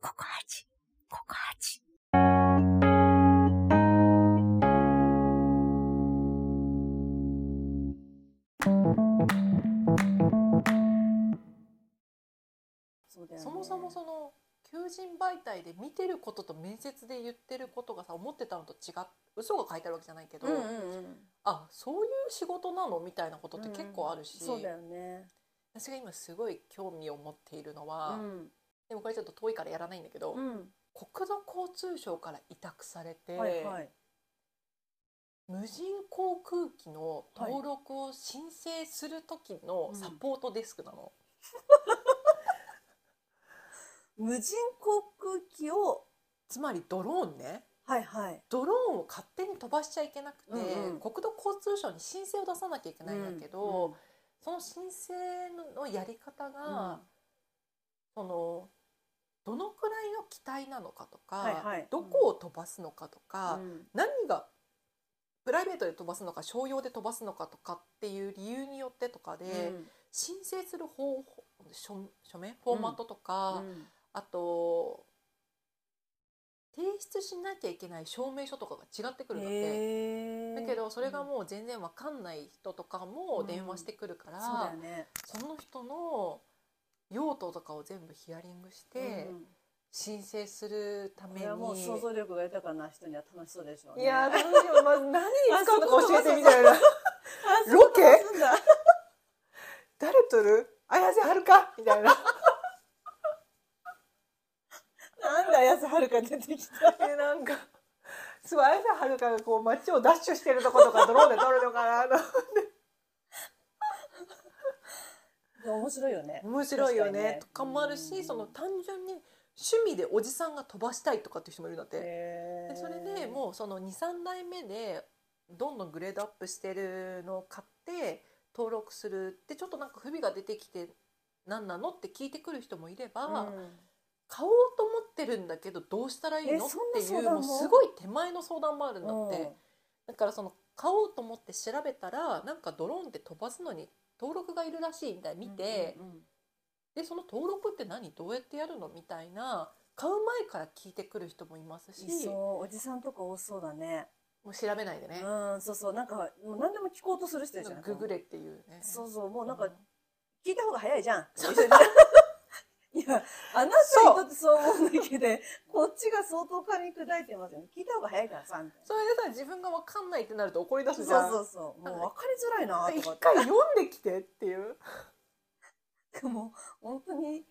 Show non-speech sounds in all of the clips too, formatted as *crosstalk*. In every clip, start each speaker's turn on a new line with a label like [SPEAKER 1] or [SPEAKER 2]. [SPEAKER 1] ここ8、ここ8。
[SPEAKER 2] そうだよね
[SPEAKER 3] そもそもその求人媒体で見てることと面接で言ってることがさ思ってたのと違っ嘘が書いてあるわけじゃないけど、
[SPEAKER 2] うんうんうん
[SPEAKER 3] あそういう仕事なのみたいなことって結構あるし、
[SPEAKER 2] そうだよね
[SPEAKER 3] 私が今すごい興味を持っているの
[SPEAKER 2] う
[SPEAKER 3] は、
[SPEAKER 2] ん
[SPEAKER 3] でもこれちょっと遠いからやらないんだけど、
[SPEAKER 2] うん
[SPEAKER 3] 国土交通省から委託されて、
[SPEAKER 2] はいはい
[SPEAKER 3] 無人航空機の登録を申請する時のサポートデスクなの。
[SPEAKER 2] 無人航空機を
[SPEAKER 3] つまりドローンね
[SPEAKER 2] はいはい
[SPEAKER 3] ドローンを勝手に飛ばしちゃいけなくて、
[SPEAKER 2] うんうん
[SPEAKER 3] 国土交通省に申請を出さなきゃいけないんだけど、
[SPEAKER 2] うん
[SPEAKER 3] その申請のやり方が、そのどのくらいの機体なのかとか、
[SPEAKER 2] はいはい
[SPEAKER 3] どこを飛ばすのかとか、
[SPEAKER 2] うん
[SPEAKER 3] 何がプライベートで飛ばすのか商用で飛ばすのかとかっていう理由によってとかで、
[SPEAKER 2] うん
[SPEAKER 3] 申請する方法書書面フォーマットとか、
[SPEAKER 2] うん
[SPEAKER 3] あと提出しなきゃいけない証明書とかが違ってくるんだって。
[SPEAKER 2] へ
[SPEAKER 3] だ
[SPEAKER 2] ー
[SPEAKER 3] けどそれがもう全然わかんない人とかも電話してくるから、
[SPEAKER 2] そうだよね
[SPEAKER 3] その人の用途とかを全部ヒアリングして
[SPEAKER 2] うん
[SPEAKER 3] 申請するた
[SPEAKER 2] い
[SPEAKER 3] めに、
[SPEAKER 2] やもう想像力が豊かな人には楽しそうでしょうね
[SPEAKER 3] いやーどうしようまず何に使うのか教えてみたいな
[SPEAKER 2] あ
[SPEAKER 3] ロケ
[SPEAKER 2] そうなんだ
[SPEAKER 3] 誰とる綾瀬はるかみたいな *laughs*
[SPEAKER 2] なんで綾瀬はるか出てきた
[SPEAKER 3] えなんかすごい綾瀬はるかがこう街をダッシュしてるとことかドローンで撮るのかな
[SPEAKER 2] でも面 *laughs* 白いよね
[SPEAKER 3] *laughs* 面白いよね
[SPEAKER 2] 確かにね
[SPEAKER 3] とかもあるし、
[SPEAKER 2] うん
[SPEAKER 3] その単純に趣味でおじさんが飛ばしたいとかっていう人もいるんだって、
[SPEAKER 2] へー
[SPEAKER 3] でそれでもうその23代目でどんどんグレードアップしてるのを買って登録するでちょっとなんか不備が出てきて何なのって聞いてくる人もいれば、
[SPEAKER 2] うん
[SPEAKER 3] 買おうと思ってるんだけどどうしたらいい
[SPEAKER 2] え
[SPEAKER 3] のっ
[SPEAKER 2] そんな
[SPEAKER 3] てい
[SPEAKER 2] 相
[SPEAKER 3] う
[SPEAKER 2] 談
[SPEAKER 3] も
[SPEAKER 2] も
[SPEAKER 3] うすごい手前の相談もあるんだって、
[SPEAKER 2] うん
[SPEAKER 3] だからその買おうと思って調べたらなんかドローンって飛ばすのに登録がいるらしいみたいな見て。
[SPEAKER 2] うんうんうん
[SPEAKER 3] でその登録って何どうやってやるのみたいな買う前から聞いてくる人もいますし
[SPEAKER 2] いそうおじさんとか多そうだね
[SPEAKER 3] もう調べないでね、
[SPEAKER 2] うんそうそうなんかもう何でも聞こうとする人じゃん
[SPEAKER 3] ググれっていうね
[SPEAKER 2] そうそうもうなんか
[SPEAKER 3] うん
[SPEAKER 2] 聞いた方が早いじゃん
[SPEAKER 3] *laughs* そう
[SPEAKER 2] いやあなたにとってそう思うんだ *laughs* けどこっちが相当噛み砕いてますよね聞いた方が早いからさみたいな
[SPEAKER 3] それでさ自分が分かんないってなると怒り出
[SPEAKER 2] そ
[SPEAKER 3] す
[SPEAKER 2] う
[SPEAKER 3] じゃん
[SPEAKER 2] そうそうもう分かりづらいな
[SPEAKER 3] 一
[SPEAKER 2] とか
[SPEAKER 3] 回読んできてっていう
[SPEAKER 2] ってもう本当に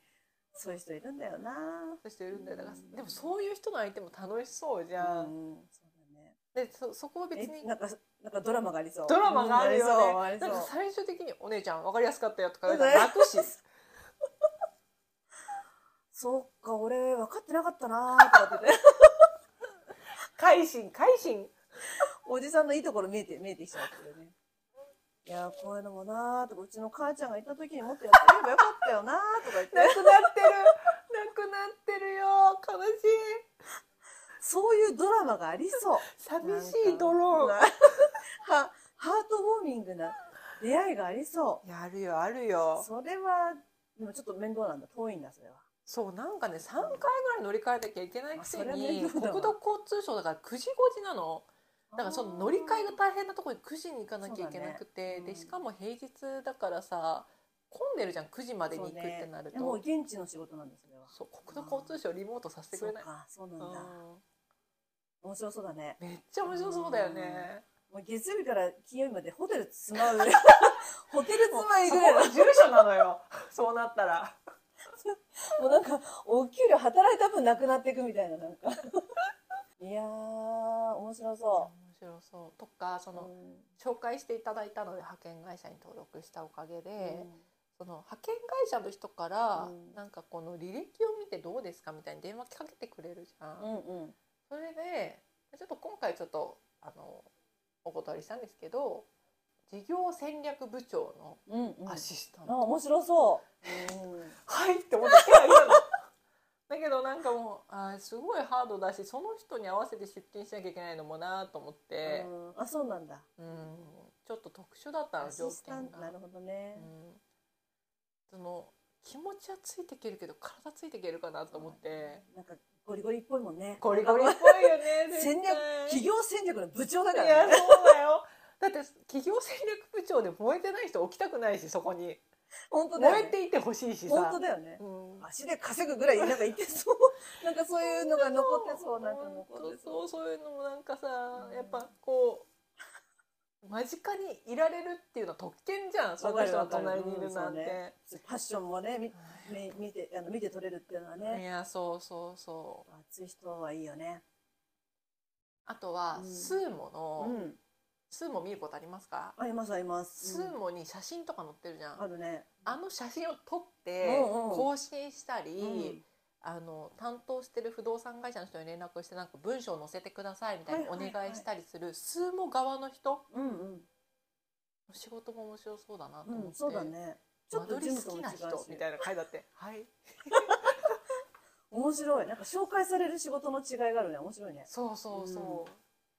[SPEAKER 2] そういう人いるんだよな
[SPEAKER 3] そういう人いるんだよだから
[SPEAKER 2] うん
[SPEAKER 3] でもそういう人の相手も楽しそうじゃん、
[SPEAKER 2] うんそうだね
[SPEAKER 3] でそそこは別に
[SPEAKER 2] えなんかなんかドラマがありそう
[SPEAKER 3] ドラマがある
[SPEAKER 2] うんあ
[SPEAKER 3] よね
[SPEAKER 2] りそう
[SPEAKER 3] な
[SPEAKER 2] んあり
[SPEAKER 3] か
[SPEAKER 2] そう
[SPEAKER 3] 最終的に「お姉ちゃん分かりやすかったよ」とか言
[SPEAKER 2] そうだ
[SPEAKER 3] われ
[SPEAKER 2] ね
[SPEAKER 3] たら楽しい
[SPEAKER 2] そうか俺分かってなかったなーとかってね
[SPEAKER 3] 改心改心
[SPEAKER 2] おじさんのいいところ見えて見えてきちゃうっていうねいやーこういうのもなーとかうちの母ちゃんがいた時にもっとやってればよかったよなーとか言って
[SPEAKER 3] な
[SPEAKER 2] *laughs*
[SPEAKER 3] くなってるなくなってるよ悲しい
[SPEAKER 2] そういうドラマがあり
[SPEAKER 3] *laughs*
[SPEAKER 2] そう
[SPEAKER 3] 寂しいドロ
[SPEAKER 2] な
[SPEAKER 3] ー
[SPEAKER 2] んかはハートウォーミングな出会いがありそ
[SPEAKER 3] ン。いやあるよある
[SPEAKER 2] う
[SPEAKER 3] よ。
[SPEAKER 2] それはでもちょっと面倒なんだ遠いんだそれは
[SPEAKER 3] そうなんかね3回ぐらい乗り換えなきゃいけないくせ
[SPEAKER 2] あそれ
[SPEAKER 3] に
[SPEAKER 2] 面
[SPEAKER 3] 国
[SPEAKER 2] 倒
[SPEAKER 3] 土
[SPEAKER 2] だわ
[SPEAKER 3] 交通省だから9時5時なの。だからその乗り換えが大変なところに9時に行かなきゃいけなくて、
[SPEAKER 2] そうだねうん
[SPEAKER 3] でしかも平日だからさ混んでるじゃん9時までに行くってなると
[SPEAKER 2] そうね、もう現地の仕事なんですそれは
[SPEAKER 3] そう国土交通省リモートさせてくれない。
[SPEAKER 2] そうかそうなん
[SPEAKER 3] う
[SPEAKER 2] だ、
[SPEAKER 3] ん
[SPEAKER 2] 面白そうだね
[SPEAKER 3] めっちゃ面白そうだよね。
[SPEAKER 2] もう月曜日から金曜日までホテル住
[SPEAKER 3] *laughs*
[SPEAKER 2] まうホテル住まい
[SPEAKER 3] そ
[SPEAKER 2] ぐ
[SPEAKER 3] こ
[SPEAKER 2] らい
[SPEAKER 3] が住所な
[SPEAKER 2] *laughs*
[SPEAKER 3] のよ。そうなったら。
[SPEAKER 2] もうなんかお給料働いた分なくなっていくみたいななん
[SPEAKER 3] *laughs*
[SPEAKER 2] かいやー面白
[SPEAKER 3] 面
[SPEAKER 2] そ、
[SPEAKER 3] 白そう。とかそうの、
[SPEAKER 2] うん
[SPEAKER 3] 紹介していただいたので派遣会社に登録したおかげで、その派遣会社の人から、
[SPEAKER 2] うん
[SPEAKER 3] なんかこの履歴を見てどうですかみたいに電話かけてくれるじゃん。
[SPEAKER 2] うんうん
[SPEAKER 3] それでちょっと今回ちょっとあのお断りしたんですけど事業戦略部長
[SPEAKER 2] うんうん
[SPEAKER 3] の
[SPEAKER 2] あ
[SPEAKER 3] アシスタント、
[SPEAKER 2] 面白そう、うん
[SPEAKER 3] はいって思って手挙げたの。 *laughs* だけどなんかもうあーすごいハードだしその人に合わせて出勤しなきゃいけないのもなーと思って、
[SPEAKER 2] うんあそうなんだ
[SPEAKER 3] うんちょっと特殊だったの
[SPEAKER 2] アシ
[SPEAKER 3] 条
[SPEAKER 2] スタン
[SPEAKER 3] 件
[SPEAKER 2] トな
[SPEAKER 3] が
[SPEAKER 2] る。ほどね
[SPEAKER 3] う、んその気持ちはついていけるけど体ついていけるかなと思って
[SPEAKER 2] なんかゴリゴリっぽいもんね
[SPEAKER 3] ゴリゴリっぽいよね絶対
[SPEAKER 2] 戦略企業戦略の部長だか
[SPEAKER 3] い
[SPEAKER 2] ら
[SPEAKER 3] や
[SPEAKER 2] ね
[SPEAKER 3] そうだよだって企業戦略部長で燃えてない人置きたくないしそこに
[SPEAKER 2] 本当だよ
[SPEAKER 3] 燃え
[SPEAKER 2] ね
[SPEAKER 3] ていてほしいし
[SPEAKER 2] 本
[SPEAKER 3] さ
[SPEAKER 2] 当だよね
[SPEAKER 3] うん
[SPEAKER 2] 足で稼ぐぐらいなんかいてそう
[SPEAKER 3] *laughs*
[SPEAKER 2] なんかそういうのが残ってそうなんか残って
[SPEAKER 3] そ
[SPEAKER 2] そう
[SPEAKER 3] うそういうのもなんかさ、
[SPEAKER 2] うん
[SPEAKER 3] やっぱこう間近にいられるっていうのは特権じゃんその人の隣にいるなんて、
[SPEAKER 2] わかるわかるうんファッションもねみみ見てあの見て取れるっていうのはね
[SPEAKER 3] いやそうそうそう
[SPEAKER 2] 熱い人はいいよね
[SPEAKER 3] あとは、
[SPEAKER 2] うん
[SPEAKER 3] スーモ
[SPEAKER 2] う
[SPEAKER 3] の、
[SPEAKER 2] ん
[SPEAKER 3] スーモ見ることありますか、
[SPEAKER 2] ありますあります
[SPEAKER 3] ス
[SPEAKER 2] うん
[SPEAKER 3] ーモに写真とか載ってるじゃん、
[SPEAKER 2] あるね
[SPEAKER 3] あの写真を撮って
[SPEAKER 2] うんうん
[SPEAKER 3] 更新したり、
[SPEAKER 2] うん
[SPEAKER 3] あの担当してる不動産会社の人に連絡してなんか文章を載せてくださいみたいにお
[SPEAKER 2] はいは
[SPEAKER 3] 願
[SPEAKER 2] いはい
[SPEAKER 3] いしたりする、スーモ側の人
[SPEAKER 2] うんうん
[SPEAKER 3] 仕事も面白そうだなと思って、
[SPEAKER 2] うんそうだねちょ
[SPEAKER 3] 間
[SPEAKER 2] っと
[SPEAKER 3] 取
[SPEAKER 2] ジ
[SPEAKER 3] り
[SPEAKER 2] ムと
[SPEAKER 3] 好
[SPEAKER 2] も違
[SPEAKER 3] きな
[SPEAKER 2] うし
[SPEAKER 3] 人みたいな書いてあってはい
[SPEAKER 2] 面白いなんか紹介される仕事の違いがあるね面白いね
[SPEAKER 3] そうそうそ
[SPEAKER 2] う
[SPEAKER 3] う、
[SPEAKER 2] ん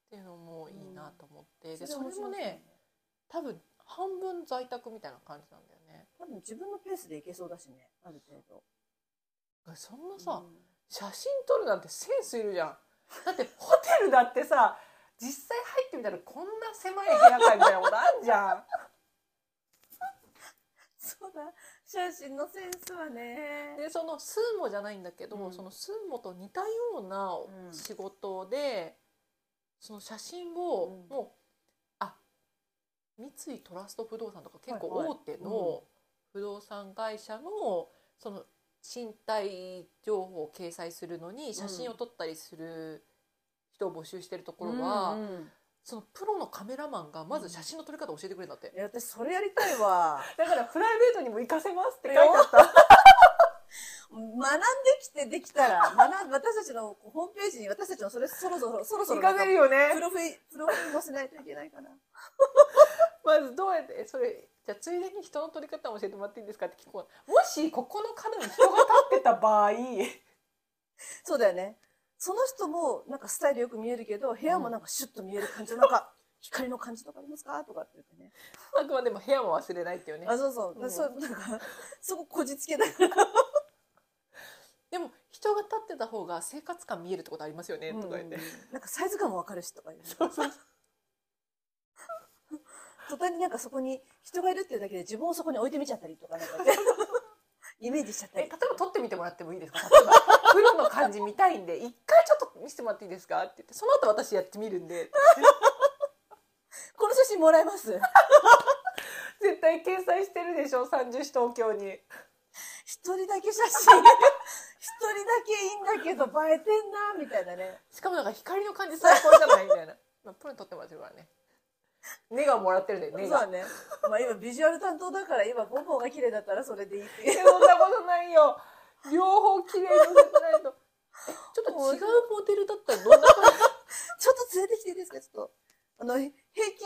[SPEAKER 3] っていうのもいいなと思って、で
[SPEAKER 2] れ
[SPEAKER 3] そ
[SPEAKER 2] 面
[SPEAKER 3] れ
[SPEAKER 2] 白そう
[SPEAKER 3] もね多分半分在宅みたいな感じなんだよね
[SPEAKER 2] 多分自分のペースでいけそうだしねある程度
[SPEAKER 3] そんなさ、
[SPEAKER 2] うん
[SPEAKER 3] 写真撮るなんてセンスいるじゃんだってホテルだってさ実際入ってみたらこんな狭い部屋かみたいなことあんじゃん
[SPEAKER 2] そうだ写真のセンスはね
[SPEAKER 3] でそのスーモじゃないんだけど、
[SPEAKER 2] うん
[SPEAKER 3] そのスーモと似たような
[SPEAKER 2] うん
[SPEAKER 3] 仕事で、その写真を
[SPEAKER 2] うん
[SPEAKER 3] もう、あ三井トラスト不動産とか結構
[SPEAKER 2] はいは
[SPEAKER 3] 大
[SPEAKER 2] い
[SPEAKER 3] 手の不動産会社のその身体情報を掲載するのに写真を撮ったりする人を募集してるところは、
[SPEAKER 2] うんうん
[SPEAKER 3] そのプロのカメラマンがまず写真の撮り方を教えてくれるんだって
[SPEAKER 2] い、や私それやりたいわ
[SPEAKER 3] だからプライベートにも行かせますって
[SPEAKER 2] 書いてあ
[SPEAKER 3] った
[SPEAKER 2] *laughs* 学んできてできたら学ん私たちのホームページに私たちのそれそろそろそろそろ
[SPEAKER 3] 行かせるよね
[SPEAKER 2] プロフィプロフィーもしないといけないかな
[SPEAKER 3] まずどうやってえそれじゃあついでに人の撮り方を教えてもらっていいですかって聞こうもしここの角に人が立ってた場合
[SPEAKER 2] そうだよねその人もなんかスタイルよく見えるけど部屋もなんかシュッと見える感じのなんか光の感じとかありますかとかって言ってね
[SPEAKER 3] *laughs* あくまでも部屋も忘れないっていうね
[SPEAKER 2] あそうそう、
[SPEAKER 3] うん
[SPEAKER 2] そうなんかそここじつけなが
[SPEAKER 3] でも人が立ってた方が生活感見えるってことありますよね、
[SPEAKER 2] ら、うん
[SPEAKER 3] とか言って
[SPEAKER 2] なんかサイズ感もわかるしとか言う
[SPEAKER 3] そうそう
[SPEAKER 2] *laughs* 途端になんかそこに人がいるっていうだけで自分をそこに置いて *laughs* みちゃったりとかなんかねイメージしちゃっ
[SPEAKER 3] え
[SPEAKER 2] た
[SPEAKER 3] 例
[SPEAKER 2] り
[SPEAKER 3] えば撮ってみてもらってもいいですか例えばプロの感じ見たいんで一回ちょっと見せてもらっていいですかって言ってその後私やってみるんで
[SPEAKER 2] この写真もらえます
[SPEAKER 3] 絶対掲載してるでしょ30市東京に
[SPEAKER 2] 一人だけ写 *laughs* 真一人だけいいんだけど映えてんなみたいなね
[SPEAKER 3] しかもなんか光の感じ最高じゃないみたいな、 *laughs* まあ、プロに撮ってもらってるからねネガもらってるんで
[SPEAKER 2] そう
[SPEAKER 3] ネガ
[SPEAKER 2] だねまあ今ビジュアル担当だから今ボンボンが綺麗だったらそれでいいってい
[SPEAKER 3] い
[SPEAKER 2] う
[SPEAKER 3] やそんなことないよ両方綺麗に撮ってないとえちょっと違うモデルだったらどんな感じ
[SPEAKER 2] ちょっと連れてきていいですかちょっとあの平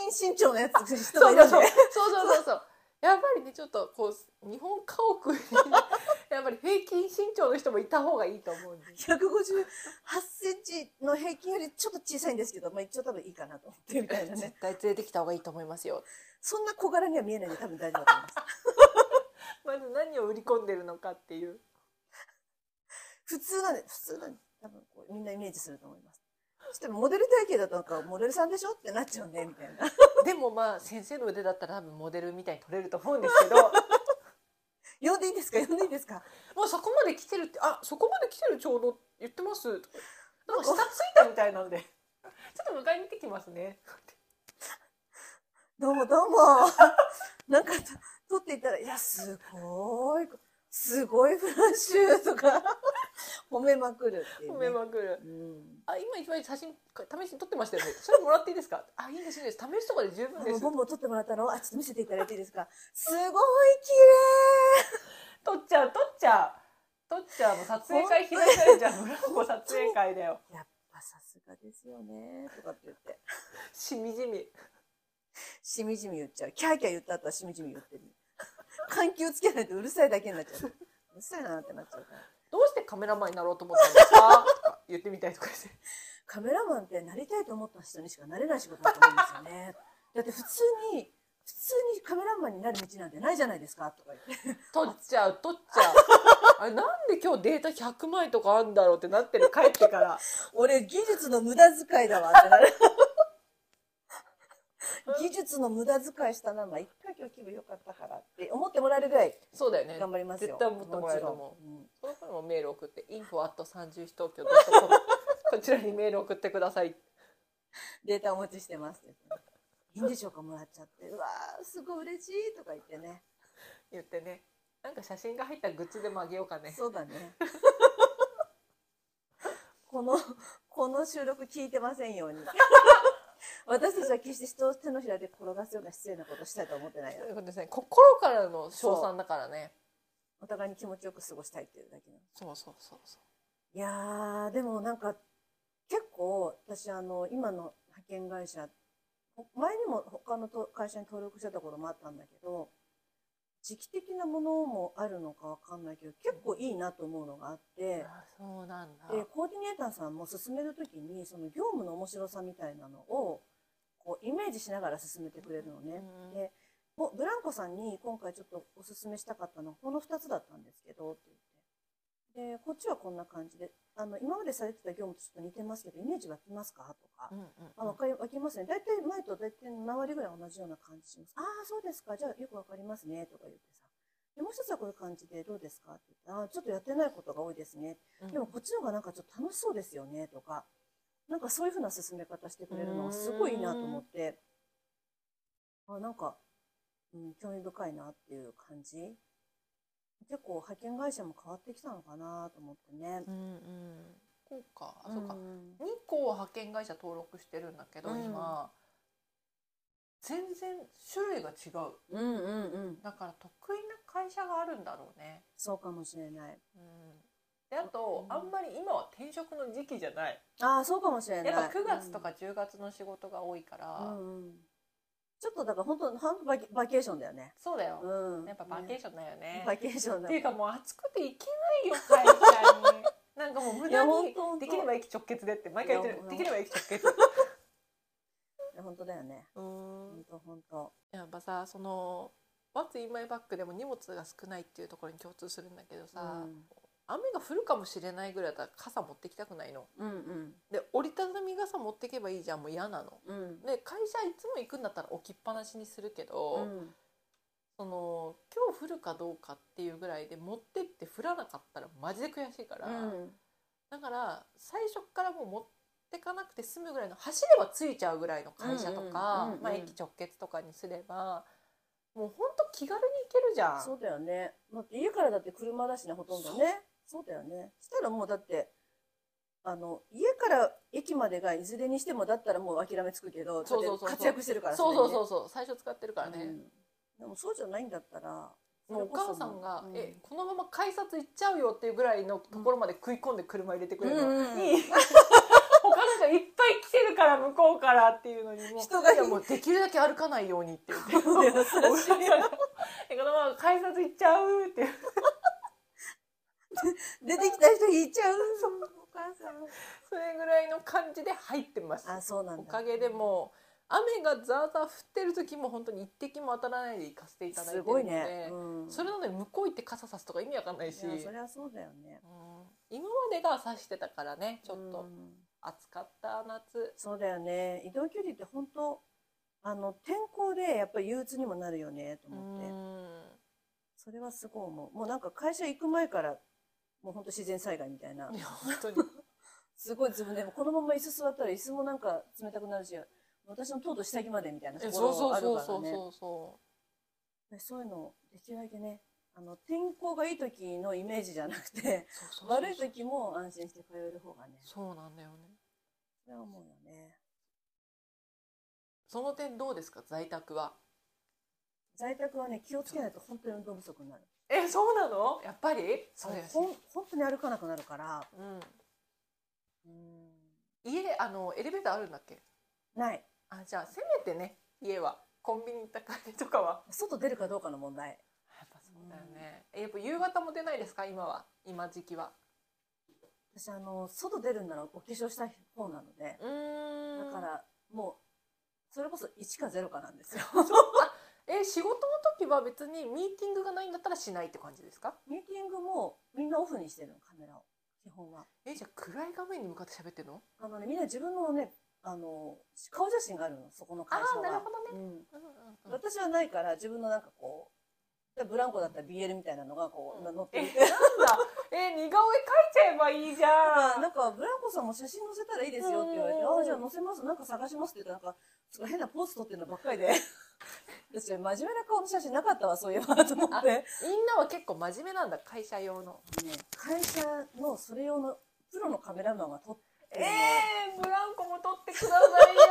[SPEAKER 2] 均身長のやつ人が
[SPEAKER 3] そ
[SPEAKER 2] いうる
[SPEAKER 3] そ
[SPEAKER 2] ん
[SPEAKER 3] う
[SPEAKER 2] で
[SPEAKER 3] そうそうそうそうそうやっぱりねちょっとこう日本家屋に *laughs* やっぱり平均身長の人もいた方がいいと思うんで
[SPEAKER 2] 158センチの平均よりちょっと小さいんですけど、まあ、一応多分いいかなと思ってみたいな
[SPEAKER 3] *laughs*
[SPEAKER 2] ね
[SPEAKER 3] 絶対連れてきた方がいいと思いますよ
[SPEAKER 2] そんな小柄には見えないんで多分大丈夫だと思います
[SPEAKER 3] まず何を売り込んでるのかっていう
[SPEAKER 2] 普通なんで普通なんで多分こうみんなイメージすると思いますそしてモデル体型だとなんかモデルさんでしょってなっちゃうねみたいな
[SPEAKER 3] でもまあ先生の腕だったら多分モデルみたいに撮れると思うんですけども
[SPEAKER 2] 呼んでいいですか呼んでいいですか
[SPEAKER 3] うそこまで来てるってあそこまで来てるちょうど言ってますなんか下ついたみたいなんで *laughs* ちょっと迎えに行ってきますね
[SPEAKER 2] どうもどうも *laughs* なんか撮っていたら「いやすごいすごいフラッシュ」とか *laughs* 褒めまくるっていう、
[SPEAKER 3] 褒
[SPEAKER 2] ね、
[SPEAKER 3] めまくる
[SPEAKER 2] うん
[SPEAKER 3] あ今一番写真試しに撮ってましたよねそれもらっていいですかあいいですいいです試しとかで十分
[SPEAKER 2] あ
[SPEAKER 3] で
[SPEAKER 2] の
[SPEAKER 3] す
[SPEAKER 2] ボンボン撮ってもらったのあちょっと見せていただいていいですかすごい綺
[SPEAKER 3] 撮っちゃう撮っちゃう撮っちゃうもう撮影会開いたらじゃんブラボー撮影会だよ
[SPEAKER 2] 麗やっぱさすがですよねとかって言って
[SPEAKER 3] *laughs* しみじみ
[SPEAKER 2] しみじみ言っちゃう。キャーキャー言った後はしみじみ言ってる。緩急つけないとうるさいだけになっちゃう。うるさいなってなっちゃうから。
[SPEAKER 3] どうしてカメラマンになろうと思ったんですかとか言ってみたいとかして
[SPEAKER 2] カメラマンってなりたいと思った人にしかなれない仕事だと思うんですよね。だって普通に普通にカメラマンになる道なんてないじゃないですかとか言って。
[SPEAKER 3] 取っちゃう取っちゃうあれなんで今日データ100枚とかあんだろうってなってる帰ってから
[SPEAKER 2] 俺、技術の無駄遣いだわってなる。技術の無駄遣いしたな、まあ、一回今日気分良かったからって思ってもらえるぐらい
[SPEAKER 3] そうだよね
[SPEAKER 2] 頑張りますよ。
[SPEAKER 3] 絶対思ってもらえると思う
[SPEAKER 2] もちろんうん
[SPEAKER 3] その頃もメール送って「info at 30東京 .com」
[SPEAKER 2] *laughs*
[SPEAKER 3] こちらにメール送ってください
[SPEAKER 2] データお持ちしてますって言っていいんでしょうかもらっちゃって。うわー、すごい嬉しいとか言ってね。
[SPEAKER 3] 言ってねなんか写真が入ったグッズでもあげようかね
[SPEAKER 2] そうだ
[SPEAKER 3] *laughs*
[SPEAKER 2] ね。この、この収録聞いてませんよ
[SPEAKER 3] *laughs*
[SPEAKER 2] うに。私たちは決して人を手のひらで転がすような失礼なことしたいと思ってないよ
[SPEAKER 3] そういうことですね心からの称賛だからね
[SPEAKER 2] お互いに気持ちよく過ごしたいっていうだけなの
[SPEAKER 3] そうそうそうそう
[SPEAKER 2] いやー、でもなんか、結構、私あの、今の派遣会社、ほ前にも他のと会社に登録してたこともあったんだけど、時期的なものもあるのかわかんないけど、結構いいなと思うのがあって、
[SPEAKER 3] あそうなんだ
[SPEAKER 2] で、コーディネーターさんも進めるときに、その業務の面白さみたいなのを、こう、イメージしながら進めてくれるのね。
[SPEAKER 3] うん
[SPEAKER 2] で、ぼブランコさんに今回ちょっとおすすめしたかったのは、この2つだったんですけど、って言って。で、こっちはこんな感じで、あの、今までされてた業務とちょっと似てますけど、イメージ湧きますかとか
[SPEAKER 3] う。んうんうん
[SPEAKER 2] あ、わかり、湧きますね。大体前と大体7割ぐらい同じような感じします。ああ、そうですか。じゃあよくわかりますね。とか言ってさ。で、もう一つはこういう感じでどうですかって言って、ああー、ちょっとやってないことが多いですね。
[SPEAKER 3] うん
[SPEAKER 2] でもこっちの方がなんかちょっと楽しそうですよねとか、なんかそういうふうな進め方してくれるのがすごいいいなと思って、あ、なんか、うん、興味深いなっていう感じ。結構派遣会社も変わってきたのかなと思ってね
[SPEAKER 3] う。んうんこうかあそうか
[SPEAKER 2] ん
[SPEAKER 3] 2個派遣会社登録してるんだけど、
[SPEAKER 2] うん
[SPEAKER 3] 今全然種類が違う
[SPEAKER 2] うんうんうん。
[SPEAKER 3] だから得意な会社があるんだろうね、
[SPEAKER 2] そうかもしれない。
[SPEAKER 3] うん、であと、
[SPEAKER 2] うん
[SPEAKER 3] あんまり今は転職の時期じゃない
[SPEAKER 2] ああ、そうかもしれない。
[SPEAKER 3] やっぱ9月とか10月の仕事が多いから、
[SPEAKER 2] うん、うんうんちょっとだから本当、半分バケバケーションだよね。
[SPEAKER 3] そうだよ、
[SPEAKER 2] うん。
[SPEAKER 3] やっぱバケー
[SPEAKER 2] シ
[SPEAKER 3] ションだよね
[SPEAKER 2] バケーション
[SPEAKER 3] っ
[SPEAKER 2] だ
[SPEAKER 3] て
[SPEAKER 2] も
[SPEAKER 3] い
[SPEAKER 2] ん
[SPEAKER 3] うかもう暑くて行けないよ会社
[SPEAKER 2] *laughs*
[SPEAKER 3] になんかもう無
[SPEAKER 2] いや
[SPEAKER 3] 駄
[SPEAKER 2] ほん
[SPEAKER 3] に
[SPEAKER 2] とほんと
[SPEAKER 3] できれば駅直結でって毎回言って
[SPEAKER 2] いやほんと
[SPEAKER 3] るできれば駅直結
[SPEAKER 2] いや本当だよね。
[SPEAKER 3] うーん
[SPEAKER 2] 本当本当。
[SPEAKER 3] やっぱさその「What's in my bag」でも荷物が少ないっていうところに共通するんだけどさ、
[SPEAKER 2] うん
[SPEAKER 3] 雨が降るかもしれないぐらいだったら傘持ってきたくないの
[SPEAKER 2] うんうん
[SPEAKER 3] で折りたたみ傘持ってけばいいじゃんもう嫌なの
[SPEAKER 2] うん
[SPEAKER 3] で会社いつも行くんだったら置きっぱなしにするけど、
[SPEAKER 2] うん
[SPEAKER 3] その今日降るかどうかっていうぐらいで持ってって降らなかったらマジで悔しいから、
[SPEAKER 2] うん
[SPEAKER 3] だから最初からもう持ってかなくて済むぐらいの走ればついちゃうぐらいの会社と
[SPEAKER 2] う
[SPEAKER 3] か、
[SPEAKER 2] んうんうんうん
[SPEAKER 3] まあ、駅直結とかにすればもうほんと気軽に行けるじゃん。
[SPEAKER 2] そうだよね。だって家からだって車だしね、ほとんどね。そうだよね。したらもうだって、あの、家から駅までがいずれにしてもだったらもう諦めつくけど、
[SPEAKER 3] そうそうそうそう
[SPEAKER 2] だって活躍してるから
[SPEAKER 3] そうそう
[SPEAKER 2] う
[SPEAKER 3] そうそう最初使ってるからね、
[SPEAKER 2] でもそうじゃないんだったら、
[SPEAKER 3] もうお母さんが「
[SPEAKER 2] うん
[SPEAKER 3] えこのまま改札行っちゃうよ」っていうぐらいのところまで食い込んで車入れてくれるの、
[SPEAKER 2] うん
[SPEAKER 3] *laughs*
[SPEAKER 2] うんうん
[SPEAKER 3] いい他の人いっぱい来てるから向こうからっていうのにもう
[SPEAKER 2] 人がい
[SPEAKER 3] い
[SPEAKER 2] る
[SPEAKER 3] やもうできるだけ歩かないようにって言って
[SPEAKER 2] いやそれ
[SPEAKER 3] お母さんが *laughs* えこのまま改札行っちゃうって
[SPEAKER 2] 出てきた人引いちゃう。お母さん。
[SPEAKER 3] それぐらいの感じで入ってま
[SPEAKER 2] *laughs*
[SPEAKER 3] す
[SPEAKER 2] あ、そうなんだ。
[SPEAKER 3] おかげでもう雨がザーザー降ってる時も本当に一滴も当たらないで行かせていただいて
[SPEAKER 2] す
[SPEAKER 3] るの
[SPEAKER 2] ご
[SPEAKER 3] で
[SPEAKER 2] いね。うん
[SPEAKER 3] それなのに向こう行って傘さすとか意味わかんないし
[SPEAKER 2] いやそりゃそうだよね。
[SPEAKER 3] うん今までが差してたからねちょっ
[SPEAKER 2] う
[SPEAKER 3] と
[SPEAKER 2] ん
[SPEAKER 3] 暑かった夏
[SPEAKER 2] そうだよね。移動距離って本当、あの、天候でやっぱり憂鬱にもなるよね、と
[SPEAKER 3] う
[SPEAKER 2] 思って。
[SPEAKER 3] ん
[SPEAKER 2] それはすごい思う。もうなんか会社行く前から、もう本当自然災害みたいな。
[SPEAKER 3] いや本当に
[SPEAKER 2] すごい自分でも、このまま椅子座ったら椅子もなんか冷たくなるし、私のとうとう下着までみたいなと
[SPEAKER 3] え
[SPEAKER 2] こ
[SPEAKER 3] そう
[SPEAKER 2] ろ
[SPEAKER 3] そ
[SPEAKER 2] が
[SPEAKER 3] う
[SPEAKER 2] ある
[SPEAKER 3] そう
[SPEAKER 2] か
[SPEAKER 3] そ
[SPEAKER 2] ら
[SPEAKER 3] う
[SPEAKER 2] ね。
[SPEAKER 3] そうそ
[SPEAKER 2] でそういうのをできるだけね、あの、天候がいい時のイメージじゃなくて、
[SPEAKER 3] うそうそう
[SPEAKER 2] 悪い時も安心して通える方がね、
[SPEAKER 3] そうなんだよね
[SPEAKER 2] それは思うよね。
[SPEAKER 3] その点どうですか在宅は
[SPEAKER 2] 在宅はね、気をつけないと本当に運動不足になる。
[SPEAKER 3] えそうなのやっぱりそうです
[SPEAKER 2] ほん本当に歩かなくなるから、
[SPEAKER 3] うん
[SPEAKER 2] うん
[SPEAKER 3] 家あのエレベーターあるんだっけ
[SPEAKER 2] ない。
[SPEAKER 3] あじゃあせめてね家はコンビニ行った帰りとかは
[SPEAKER 2] 外出るかどうかの問題。
[SPEAKER 3] やっぱそうだよね、えやっぱ夕方も出ないですか今は今時期は
[SPEAKER 2] 私、あの、外出るんならお化粧したい方なので、
[SPEAKER 3] うん
[SPEAKER 2] だ
[SPEAKER 3] *laughs*
[SPEAKER 2] から、もう、それこそ1か0かなんですよ。
[SPEAKER 3] え仕事の時は別にミーティングがないんだったらしないって感じですか
[SPEAKER 2] ミーティングもみんなオフにしてるの、カメラを。基本は。
[SPEAKER 3] えじゃあ暗い画面に向かって喋ってるの
[SPEAKER 2] あのね、みんな自分のね、あの、顔写真があるの、そこの
[SPEAKER 3] あ
[SPEAKER 2] 会社
[SPEAKER 3] あなる
[SPEAKER 2] は
[SPEAKER 3] ほ。どね、
[SPEAKER 2] うん。
[SPEAKER 3] うんうんうん
[SPEAKER 2] 私はないから、自分のなんかこう、ブランコだったら BL みたいなのがこう、
[SPEAKER 3] うん
[SPEAKER 2] 乗って
[SPEAKER 3] *laughs*
[SPEAKER 2] る。
[SPEAKER 3] え似顔絵描いちゃえばいいじゃん
[SPEAKER 2] なんか、ブランコさんも写真載せたらいいですよって言われて、
[SPEAKER 3] うんうんうん
[SPEAKER 2] ああ、じゃあ載せます、なんか探しますって言ったら、なんか、すごい変なポーズ撮ってるのばっかり *laughs* で。私、真面目な顔の写真なかったわ、そういえば、と思って。ね、
[SPEAKER 3] みんなは結構真面目なんだ会社用の
[SPEAKER 2] 会社のそれ用のプロのカメラマンが撮ってるの
[SPEAKER 3] えー、ブランコも撮って *laughs* くださいよ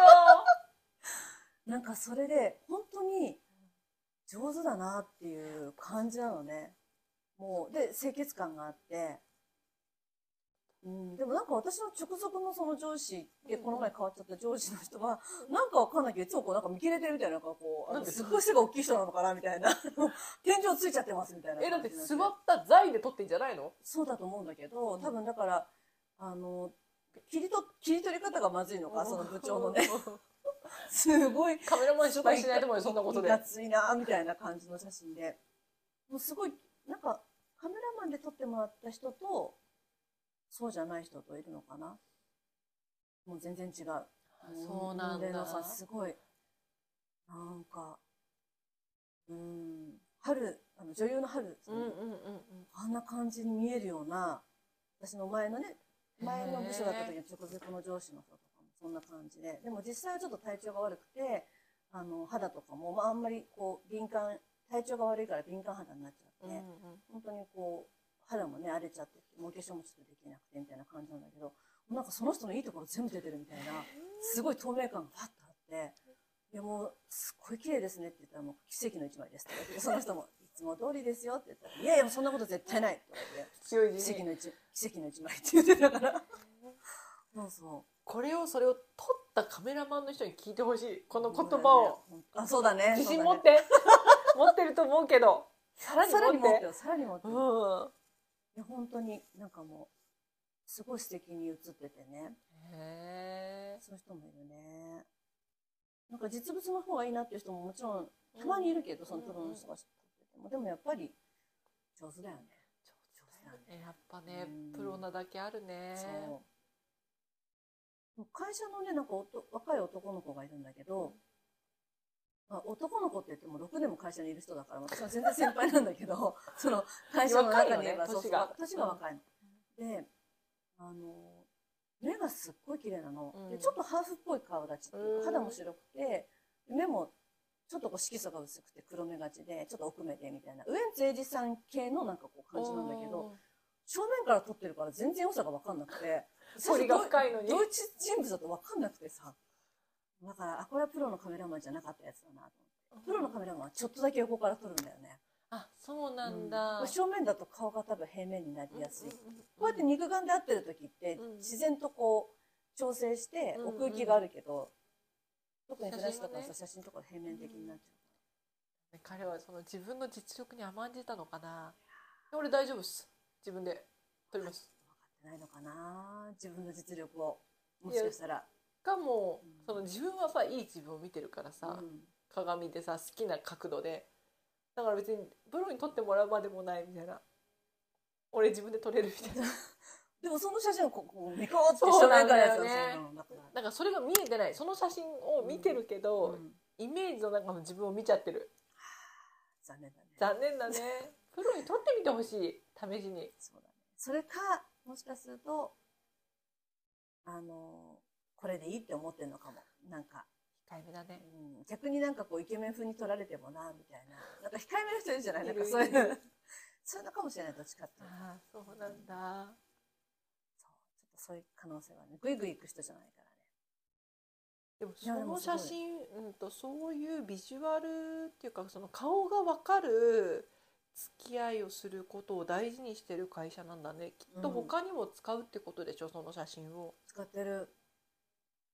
[SPEAKER 2] なんかそれで、本当に上手だなっていう感じなのね。もう、で、清潔感があって。うん、でもなんか私の直属のその上司で、
[SPEAKER 3] うん
[SPEAKER 2] この前変わっちゃった上司の人は、 *laughs* なんかわかんないけど、いつもこうなんか見切れてるみたいな、なんかこう、あ
[SPEAKER 3] なん
[SPEAKER 2] の
[SPEAKER 3] ですすか
[SPEAKER 2] ごい背が大きい人なのかなみたいな。 *laughs* 天井ついちゃってますみたいな。
[SPEAKER 3] えだって座った材で撮ってんじゃないの
[SPEAKER 2] そうだと思うんだけど、多分だから、あの、切りと、切り取り方がまずいのか、その部長のね。 *laughs* すごい
[SPEAKER 3] *laughs* カメラマン紹介しないと思うよそんな *laughs* ことで
[SPEAKER 2] いかついなみたいな感じの写真で。もうすごい、なんか、カメラマンで撮ってもらった人と、そうじゃない人といるのかなもう全然違う。
[SPEAKER 3] そうなんだ
[SPEAKER 2] レナさん、すごい。なんか、うん、春、あの女優の春さん、
[SPEAKER 3] うんうんうんうん
[SPEAKER 2] あんな感じに見えるような、私の前のね、前の部署だった時の直属の上司の人とかもそんな感じで、でも実際はちょっと体調が悪くて、あの、肌とかも、まああんまりこう、敏感、体調が悪いから敏感肌になっちゃ
[SPEAKER 3] う
[SPEAKER 2] っ
[SPEAKER 3] ん
[SPEAKER 2] て、
[SPEAKER 3] うん
[SPEAKER 2] 本当にこう、肌もね、荒れちゃって、もう化粧もちょっとできなくてみたいな感じなんだけど、なんかその人のいいところ全部出てるみたいな、すごい透明感がパッとあって、いやもう、すっごい綺麗ですねって言ったらもう奇跡の一枚ですって言われて、その人も、いつも通りですよって言ったら、いやいや、そんなこと絶対ないって言われて。
[SPEAKER 3] 強い
[SPEAKER 2] 奇
[SPEAKER 3] 自
[SPEAKER 2] 跡
[SPEAKER 3] 信
[SPEAKER 2] の一奇跡の一枚って言ってたから。そうそ
[SPEAKER 3] これをそれを撮ったカメラマンの人に聞いてほしいこ
[SPEAKER 2] う。
[SPEAKER 3] の言葉を、
[SPEAKER 2] あ、そうだね。
[SPEAKER 3] *laughs* 自
[SPEAKER 2] そ
[SPEAKER 3] 信
[SPEAKER 2] う
[SPEAKER 3] 持
[SPEAKER 2] だ
[SPEAKER 3] っ
[SPEAKER 2] ね
[SPEAKER 3] て、持ってると思うけどさらに持
[SPEAKER 2] さらに
[SPEAKER 3] っ
[SPEAKER 2] 持って
[SPEAKER 3] て
[SPEAKER 2] よ、さらに持って
[SPEAKER 3] う
[SPEAKER 2] よ。い
[SPEAKER 3] ん
[SPEAKER 2] や、本当になんかもう、すごい素敵に映っててね。
[SPEAKER 3] へ
[SPEAKER 2] そういう人もいるね。なんか実物の方がいいなっていう人ももちろん、
[SPEAKER 3] え
[SPEAKER 2] たまにいるけど、そのプロ
[SPEAKER 3] うんう
[SPEAKER 2] の
[SPEAKER 3] ん
[SPEAKER 2] 人が知ってても。でもやっぱり、上手だよね。上手だね。
[SPEAKER 3] やっぱね
[SPEAKER 2] うん
[SPEAKER 3] プロなだけあるね
[SPEAKER 2] そう。会社のね、なんかおと若い男の子がいるんだけど、まあ、男の子って言っても6年も会社にいる人だから、私は全然先輩なんだけ
[SPEAKER 3] *laughs*
[SPEAKER 2] ど、その会社の中にいれば、
[SPEAKER 3] 若いよね
[SPEAKER 2] そうそう
[SPEAKER 3] 年が
[SPEAKER 2] 年が若いの。で、あの、目がすっごい綺麗なの、
[SPEAKER 3] うん
[SPEAKER 2] で。ちょっとハーフっぽい顔立ちっていう
[SPEAKER 3] うん
[SPEAKER 2] か、肌も白くて、目もちょっとこう色素が薄くて黒目がちで、ちょっと奥目でみたいな、ウエンツエイジさん系のなんかこう感じなんだけど、正面から撮ってるから全然良さが分かんなく
[SPEAKER 3] *laughs*
[SPEAKER 2] て。
[SPEAKER 3] 彫りが深いのに
[SPEAKER 2] 同一人物だと分かんなくてさ。だから、あ、これはプロのカメラマンじゃなかったやつだなと思って。
[SPEAKER 3] うん
[SPEAKER 2] プロのカメラマンはちょっとだけ横から撮るんだよね。
[SPEAKER 3] あそうなんだ、
[SPEAKER 2] うん正面だと顔が多分平面になりやすい。こうやって
[SPEAKER 3] うん
[SPEAKER 2] 肉眼で合ってる時って
[SPEAKER 3] うん、
[SPEAKER 2] 自然とこう、調整して
[SPEAKER 3] うん
[SPEAKER 2] 奥行きがあるけど、特にフラッシュとか
[SPEAKER 3] 写真は
[SPEAKER 2] さ、
[SPEAKER 3] ね
[SPEAKER 2] 写真とか平面的になっち
[SPEAKER 3] 彼はその自分の実力に甘んじたのかな俺大丈夫っす自分で撮ります
[SPEAKER 2] ゃう。ないのかな自分の実力を。もしかしたら。
[SPEAKER 3] がも
[SPEAKER 2] うん
[SPEAKER 3] うその自分はさいい自分を見てるからさ、
[SPEAKER 2] うん
[SPEAKER 3] 鏡でさ好きな角度でだから別にプロに撮ってもらうまでもないみたいな俺自分で撮れるみたいな
[SPEAKER 2] *laughs* でもその写真をこう、こうニコーって正面からやつ
[SPEAKER 3] そうなんだよね
[SPEAKER 2] そうなのだから
[SPEAKER 3] なんかそれが見えてないその写真を見てるけ
[SPEAKER 2] う
[SPEAKER 3] ど、
[SPEAKER 2] ん
[SPEAKER 3] イメージの中の自分を見ちゃってる
[SPEAKER 2] 残念だね。
[SPEAKER 3] 残念だねプロに撮ってみてほしい試しに
[SPEAKER 2] そうだね。それか、もしかすると、あの、これでいいって思ってんのかも。なんか、
[SPEAKER 3] 控えめだ
[SPEAKER 2] う
[SPEAKER 3] ね
[SPEAKER 2] ん、逆になんかこうイケメン風に撮られてもな、みたいな。なんか控えめな人いるじゃない
[SPEAKER 3] い
[SPEAKER 2] な
[SPEAKER 3] る
[SPEAKER 2] んかそうい。
[SPEAKER 3] いるいう
[SPEAKER 2] そういうのかもしれない、どっちかっていうと。
[SPEAKER 3] ああそうなんだ
[SPEAKER 2] そう。ちょっとそういう可能性はね。ぐいぐい行く人じゃないからね。
[SPEAKER 3] でも
[SPEAKER 2] い
[SPEAKER 3] そ
[SPEAKER 2] やでも
[SPEAKER 3] の
[SPEAKER 2] すごい
[SPEAKER 3] 写真、うん、とそういうビジュアルっていうかその顔が分かる付き合いをすることを大事にしてる会社なんだねきっと
[SPEAKER 2] うん
[SPEAKER 3] 他にも使うってことでしょ、その写真を。
[SPEAKER 2] 使ってる。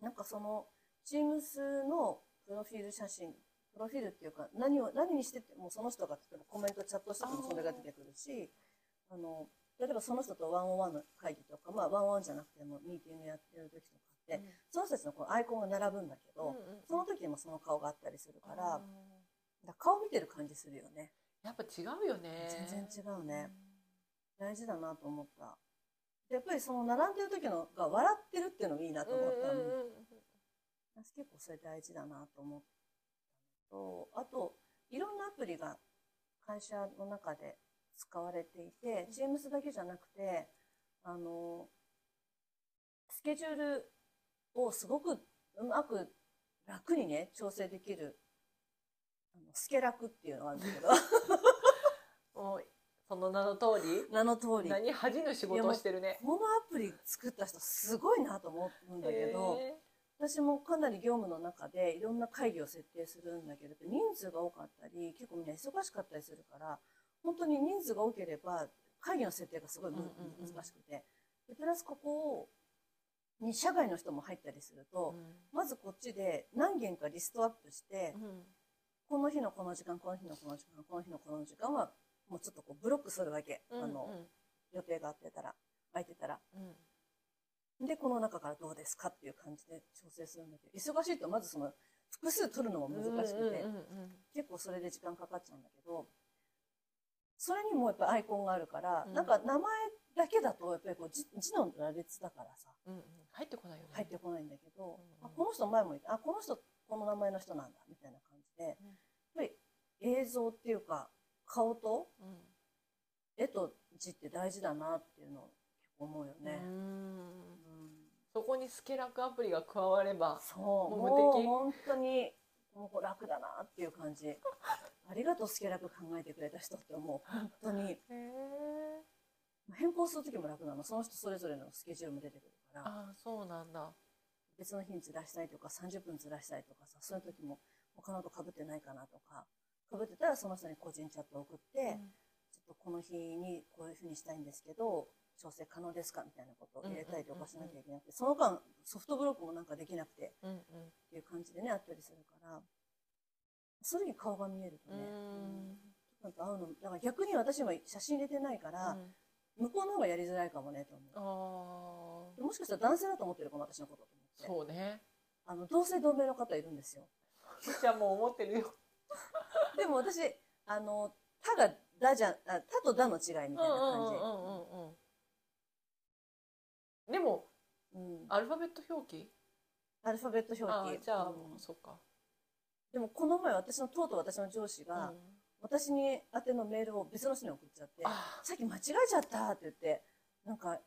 [SPEAKER 2] なんかその、Teams のプロフィール写真、プロフィールっていうか、何を、何にしててもその人が、例えばコメントチャットしててもそれが出てくるし、あの、例えばその人とワンオンワンの会議とか、まあワンオンワンじゃなくてもミーティングやってる時とかって、その人たちのこうアイコンが並ぶんだけど、
[SPEAKER 3] うんうん
[SPEAKER 2] その時にもその顔があったりするから、だ顔見てる感じするよね。
[SPEAKER 3] やっぱ違うよね
[SPEAKER 2] 全然違うね大事だなと思った。でやっぱりその並んでる時のが笑ってるっていうのもいいなと
[SPEAKER 3] うんう
[SPEAKER 2] 思
[SPEAKER 3] ん
[SPEAKER 2] ったの。
[SPEAKER 3] うんうん
[SPEAKER 2] 私結構それ大事だなと思ったのとあといろんなアプリが会社の中で使われていて Teams だけじゃなくてあのスケジュールをすごくうまく楽にね調整できるあのスケ楽っていうのがあるんだ
[SPEAKER 3] *laughs*
[SPEAKER 2] けど
[SPEAKER 3] もうその名の通り
[SPEAKER 2] 名の通りこ
[SPEAKER 3] 何恥の仕事をしてるね
[SPEAKER 2] のアプリ作った人すごいなと思うんだけど。
[SPEAKER 3] へ
[SPEAKER 2] 私もかなり業務の中でいろんな会議を設定するんだけれど人数が多かったり結構みんな忙しかったりするから本当に人数が多ければ会議の設定がすごいむ
[SPEAKER 3] うんうんうん
[SPEAKER 2] 難しくてでプラスここに社外の人も入ったりする
[SPEAKER 3] ー
[SPEAKER 2] とまずこっちで何件かリストアップして
[SPEAKER 3] うんうん
[SPEAKER 2] この日のこの時間この日のこの時間この日のこの時間はもうちょっとこうブロックするわけ
[SPEAKER 3] うん
[SPEAKER 2] あの予定があってたら空いてたら。
[SPEAKER 3] うん
[SPEAKER 2] で、この中からどうですかっていう感じで調整するんだけど、忙しいとまずその複数取るのも難しくて
[SPEAKER 3] うん、うんうん
[SPEAKER 2] 結構それで時間かかっちゃうんだけど、それにもやっぱアイコンがあるから、
[SPEAKER 3] うん
[SPEAKER 2] なんか名前だけだとやっぱりこう字字の羅列だからさ、
[SPEAKER 3] うんうん入ってこないよね
[SPEAKER 2] 入ってこないんだけど、
[SPEAKER 3] うん
[SPEAKER 2] あこの人前もいた、あ、この人この名前の人なんだみたいな感じで、やっ
[SPEAKER 3] うん
[SPEAKER 2] ぱり映像っていうか顔と
[SPEAKER 3] うん
[SPEAKER 2] 絵と字って大事だなっていうのを結構思うよね。
[SPEAKER 3] うーん
[SPEAKER 2] うん
[SPEAKER 3] そこにスケラクアプリが加われば
[SPEAKER 2] そう、
[SPEAKER 3] う
[SPEAKER 2] も
[SPEAKER 3] 無
[SPEAKER 2] う
[SPEAKER 3] 敵
[SPEAKER 2] 本当に、もう楽だなっていう感じ。ありがとう、スケラク考えてくれた人って思う。本当に、
[SPEAKER 3] へ
[SPEAKER 2] 変更するときも楽なの。その人それぞれのスケジュールも出てくるから、
[SPEAKER 3] ああそうなんだ
[SPEAKER 2] 別の日にずらしたいとか、30分ずらしたいとかさ、そういう時も、他のと被ってないかなとか、被ってたらその人に個人チャット送って、ちょっとこの日にこういうふうにしたいんですけど、調整可能ですかみたいなことを入れたりとかしなきゃいけなくて、その間、ソフトブロックもなんかできなくて、
[SPEAKER 3] うんうん
[SPEAKER 2] っていう感じでねあったりするからそれに顔が見えると
[SPEAKER 3] う
[SPEAKER 2] ね、
[SPEAKER 3] ん
[SPEAKER 2] なんか合うのだから逆に私今写真入れてないから、
[SPEAKER 3] うん
[SPEAKER 2] 向こうの方がやりづらいかもねと思
[SPEAKER 3] ああ
[SPEAKER 2] うもしかしたら男性だと思ってるかも私のことと思って
[SPEAKER 3] そうね
[SPEAKER 2] あの同姓同名の方いるんですよ
[SPEAKER 3] じゃあもう思ってるよ
[SPEAKER 2] でも私あの「他が「だ」じゃあ「他と「だ」の違 *laughs* いみたいな感じ
[SPEAKER 3] うんうんうんうんうんでも
[SPEAKER 2] うん
[SPEAKER 3] アルファベット表記
[SPEAKER 2] アルファベット
[SPEAKER 3] あ
[SPEAKER 2] 表
[SPEAKER 3] ー
[SPEAKER 2] 記
[SPEAKER 3] じゃあ、
[SPEAKER 2] うん
[SPEAKER 3] そっか、
[SPEAKER 2] でもこの前私のとうとう私の上司が、
[SPEAKER 3] うん
[SPEAKER 2] 私に宛てのメールを別の人に送っちゃって
[SPEAKER 3] あ
[SPEAKER 2] さっき間違えちゃったって言って、なんか、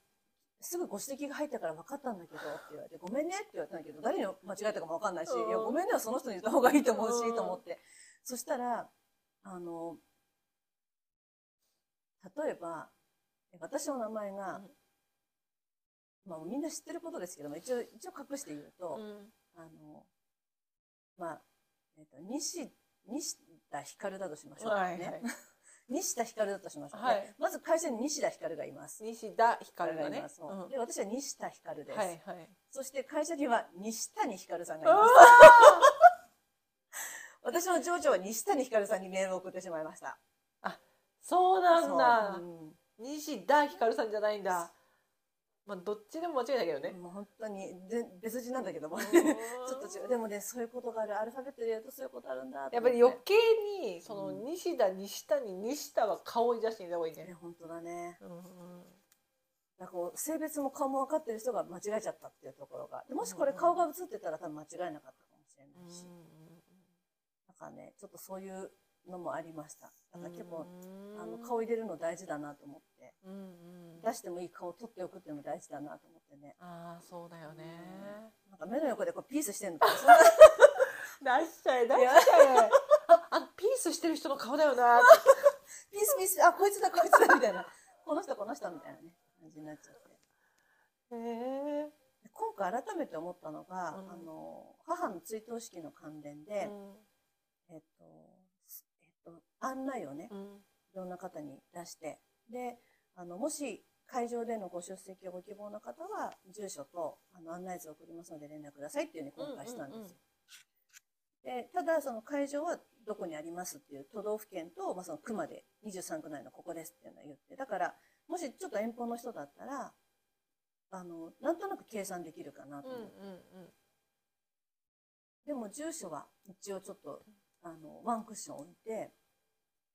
[SPEAKER 2] すぐご指摘が入ったから分かったんだけどって言われて、ごめんねって言われたんだけど、誰に間違えたかも分かんないし、
[SPEAKER 3] うん
[SPEAKER 2] いや、ごめんねはその人に言った方がいいと思う
[SPEAKER 3] うん
[SPEAKER 2] し、と思って。そしたら、あの、例えば、私の名前が、まあみんな知ってることですけども、一応、一応隠して言う
[SPEAKER 3] ー
[SPEAKER 2] と
[SPEAKER 3] う、ん
[SPEAKER 2] あの、まあ、えっ、と、西、西田ひかるだとしましょうかね。
[SPEAKER 3] はいはい
[SPEAKER 2] 西田ひかるだとしましょうね、
[SPEAKER 3] はい
[SPEAKER 2] まず会社に西田ひかるがいます。
[SPEAKER 3] 西田ひかる
[SPEAKER 2] が
[SPEAKER 3] が
[SPEAKER 2] い
[SPEAKER 3] ね
[SPEAKER 2] ます、そう
[SPEAKER 3] うん
[SPEAKER 2] で私は西田ひかるです、
[SPEAKER 3] はいはい
[SPEAKER 2] そして会社には西谷ひかるさんがいます。
[SPEAKER 3] あ
[SPEAKER 2] 私の上長は西谷ひかるさんにメールを送ってしまいました。
[SPEAKER 3] そうなんだ、
[SPEAKER 2] そう
[SPEAKER 3] 西田ひかるさんじゃないんだまあどっちでも間違いないけど
[SPEAKER 2] うん
[SPEAKER 3] ね
[SPEAKER 2] もう本当にで別人なんだけども、
[SPEAKER 3] *laughs* ち
[SPEAKER 2] *laughs* ちょっと違う。でもね、そういうことがある。アルファベットで言うとそういうことあるんだと
[SPEAKER 3] や
[SPEAKER 2] 思
[SPEAKER 3] っぱ
[SPEAKER 2] て
[SPEAKER 3] り余計にその
[SPEAKER 2] うん
[SPEAKER 3] 西田西谷西田は顔に出していた方がいい
[SPEAKER 2] ね
[SPEAKER 3] ね、
[SPEAKER 2] 本当だね。
[SPEAKER 3] うんうん
[SPEAKER 2] なんかこう性別も顔も分かってる人が間違えちゃったっていうところが。でもしこれ顔が映ってたら多分間違えなかったかもしれ
[SPEAKER 3] うん
[SPEAKER 2] ないし。なんかね、ちょっとそういうのもありました。だから結構、あの顔入れるの大事だなと思って。
[SPEAKER 3] うんうん
[SPEAKER 2] 出してもいい顔を取っておくっていうのも大事だなと思ってね。
[SPEAKER 3] ああそうだよね
[SPEAKER 2] なんか目の横でこうピースしてんの *laughs* かなそん
[SPEAKER 3] 出しちゃえ出し
[SPEAKER 2] いや
[SPEAKER 3] ちゃえああのピースしてる人の顔だよなって
[SPEAKER 2] ピースピース、あ、こいつだこいつだみたいな。この人この人みたいなね、感じになっちゃって。
[SPEAKER 3] へえ
[SPEAKER 2] で今回改めて思ったのが、
[SPEAKER 3] うん
[SPEAKER 2] あの、母の追悼式の関連で、えっと、えっと、案内をね、い
[SPEAKER 3] うん
[SPEAKER 2] ろんな方に出して、で、あの、もし会場でのご出席をご希望の方は、住所とあの案内図を送りますので連絡くださいっていうふうに今回したんですよ。
[SPEAKER 3] うんうんうん
[SPEAKER 2] でただその会場はどこにありますっていう都道府県と、まあ、その区まで23区内のここですっていうのは言ってだからもしちょっと遠方の人だったらあのなんとなく計算できるかなと
[SPEAKER 3] うんう
[SPEAKER 2] 思う、
[SPEAKER 3] んうん
[SPEAKER 2] でも住所は一応ちょっとあの、ワンクッション置いて、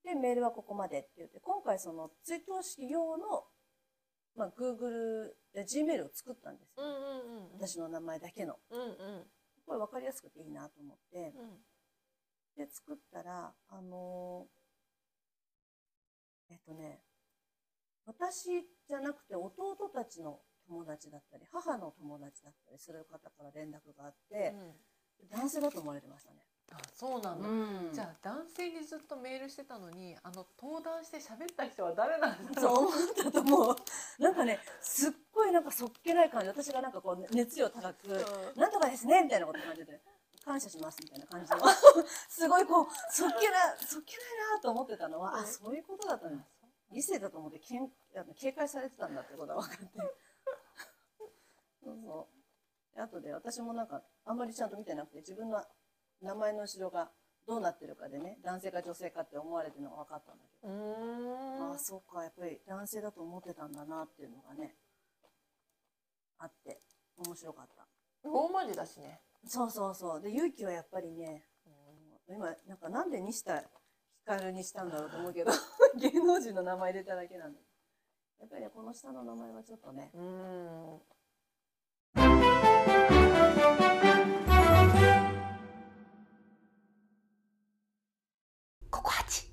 [SPEAKER 2] で、メールはここまでって言って、今回その追悼式用の、まあ、Google、え Gmail を作ったんです
[SPEAKER 3] う
[SPEAKER 2] よ。
[SPEAKER 3] んうんうん
[SPEAKER 2] 私の名前だけの。
[SPEAKER 3] うんうん
[SPEAKER 2] これ分かりやすくていいなと思って。
[SPEAKER 3] うん
[SPEAKER 2] で、作ったら、あのーえっとね、私じゃなくて弟たちの友達だったり、母の友達だったりする方から連絡があって、
[SPEAKER 3] うん
[SPEAKER 2] 男性だと思われてましたね。
[SPEAKER 3] あそうなんだ、
[SPEAKER 2] うん
[SPEAKER 3] じゃあ男性にずっとメールしてたのにあの登壇して喋った人は誰なんだ
[SPEAKER 2] そう
[SPEAKER 3] ろう
[SPEAKER 2] 思ったと思う。なんかね、すっごいなんかそっけない感じ。私がなんかこう、熱量高く、なんとかですねみたいなこと感じで、感謝しますみたいな感じの。すごいこう、そっけな、そっけないなと思ってたのは、あ、そういうことだったんだ。異性だと思ってけんあの警戒されてたんだってことが分かって。そうそう。であとで私もなんか、あんまりちゃんと見てなくて、自分の名前の後ろがどうなってるかでね、男性か女性かって思われてるのが分かったんだけど。
[SPEAKER 3] うーん
[SPEAKER 2] ああそうかやっぱり男性だと思ってたんだなっていうのがねあって面白かった
[SPEAKER 3] 大文字だしね、
[SPEAKER 2] そうそうそうで勇気はやっぱりね今なんかなんで西田ひかるにしたんだろうと思うけど芸能人の名前入れただけなんだけどやっぱりねこの下の名前はちょっとね
[SPEAKER 3] うん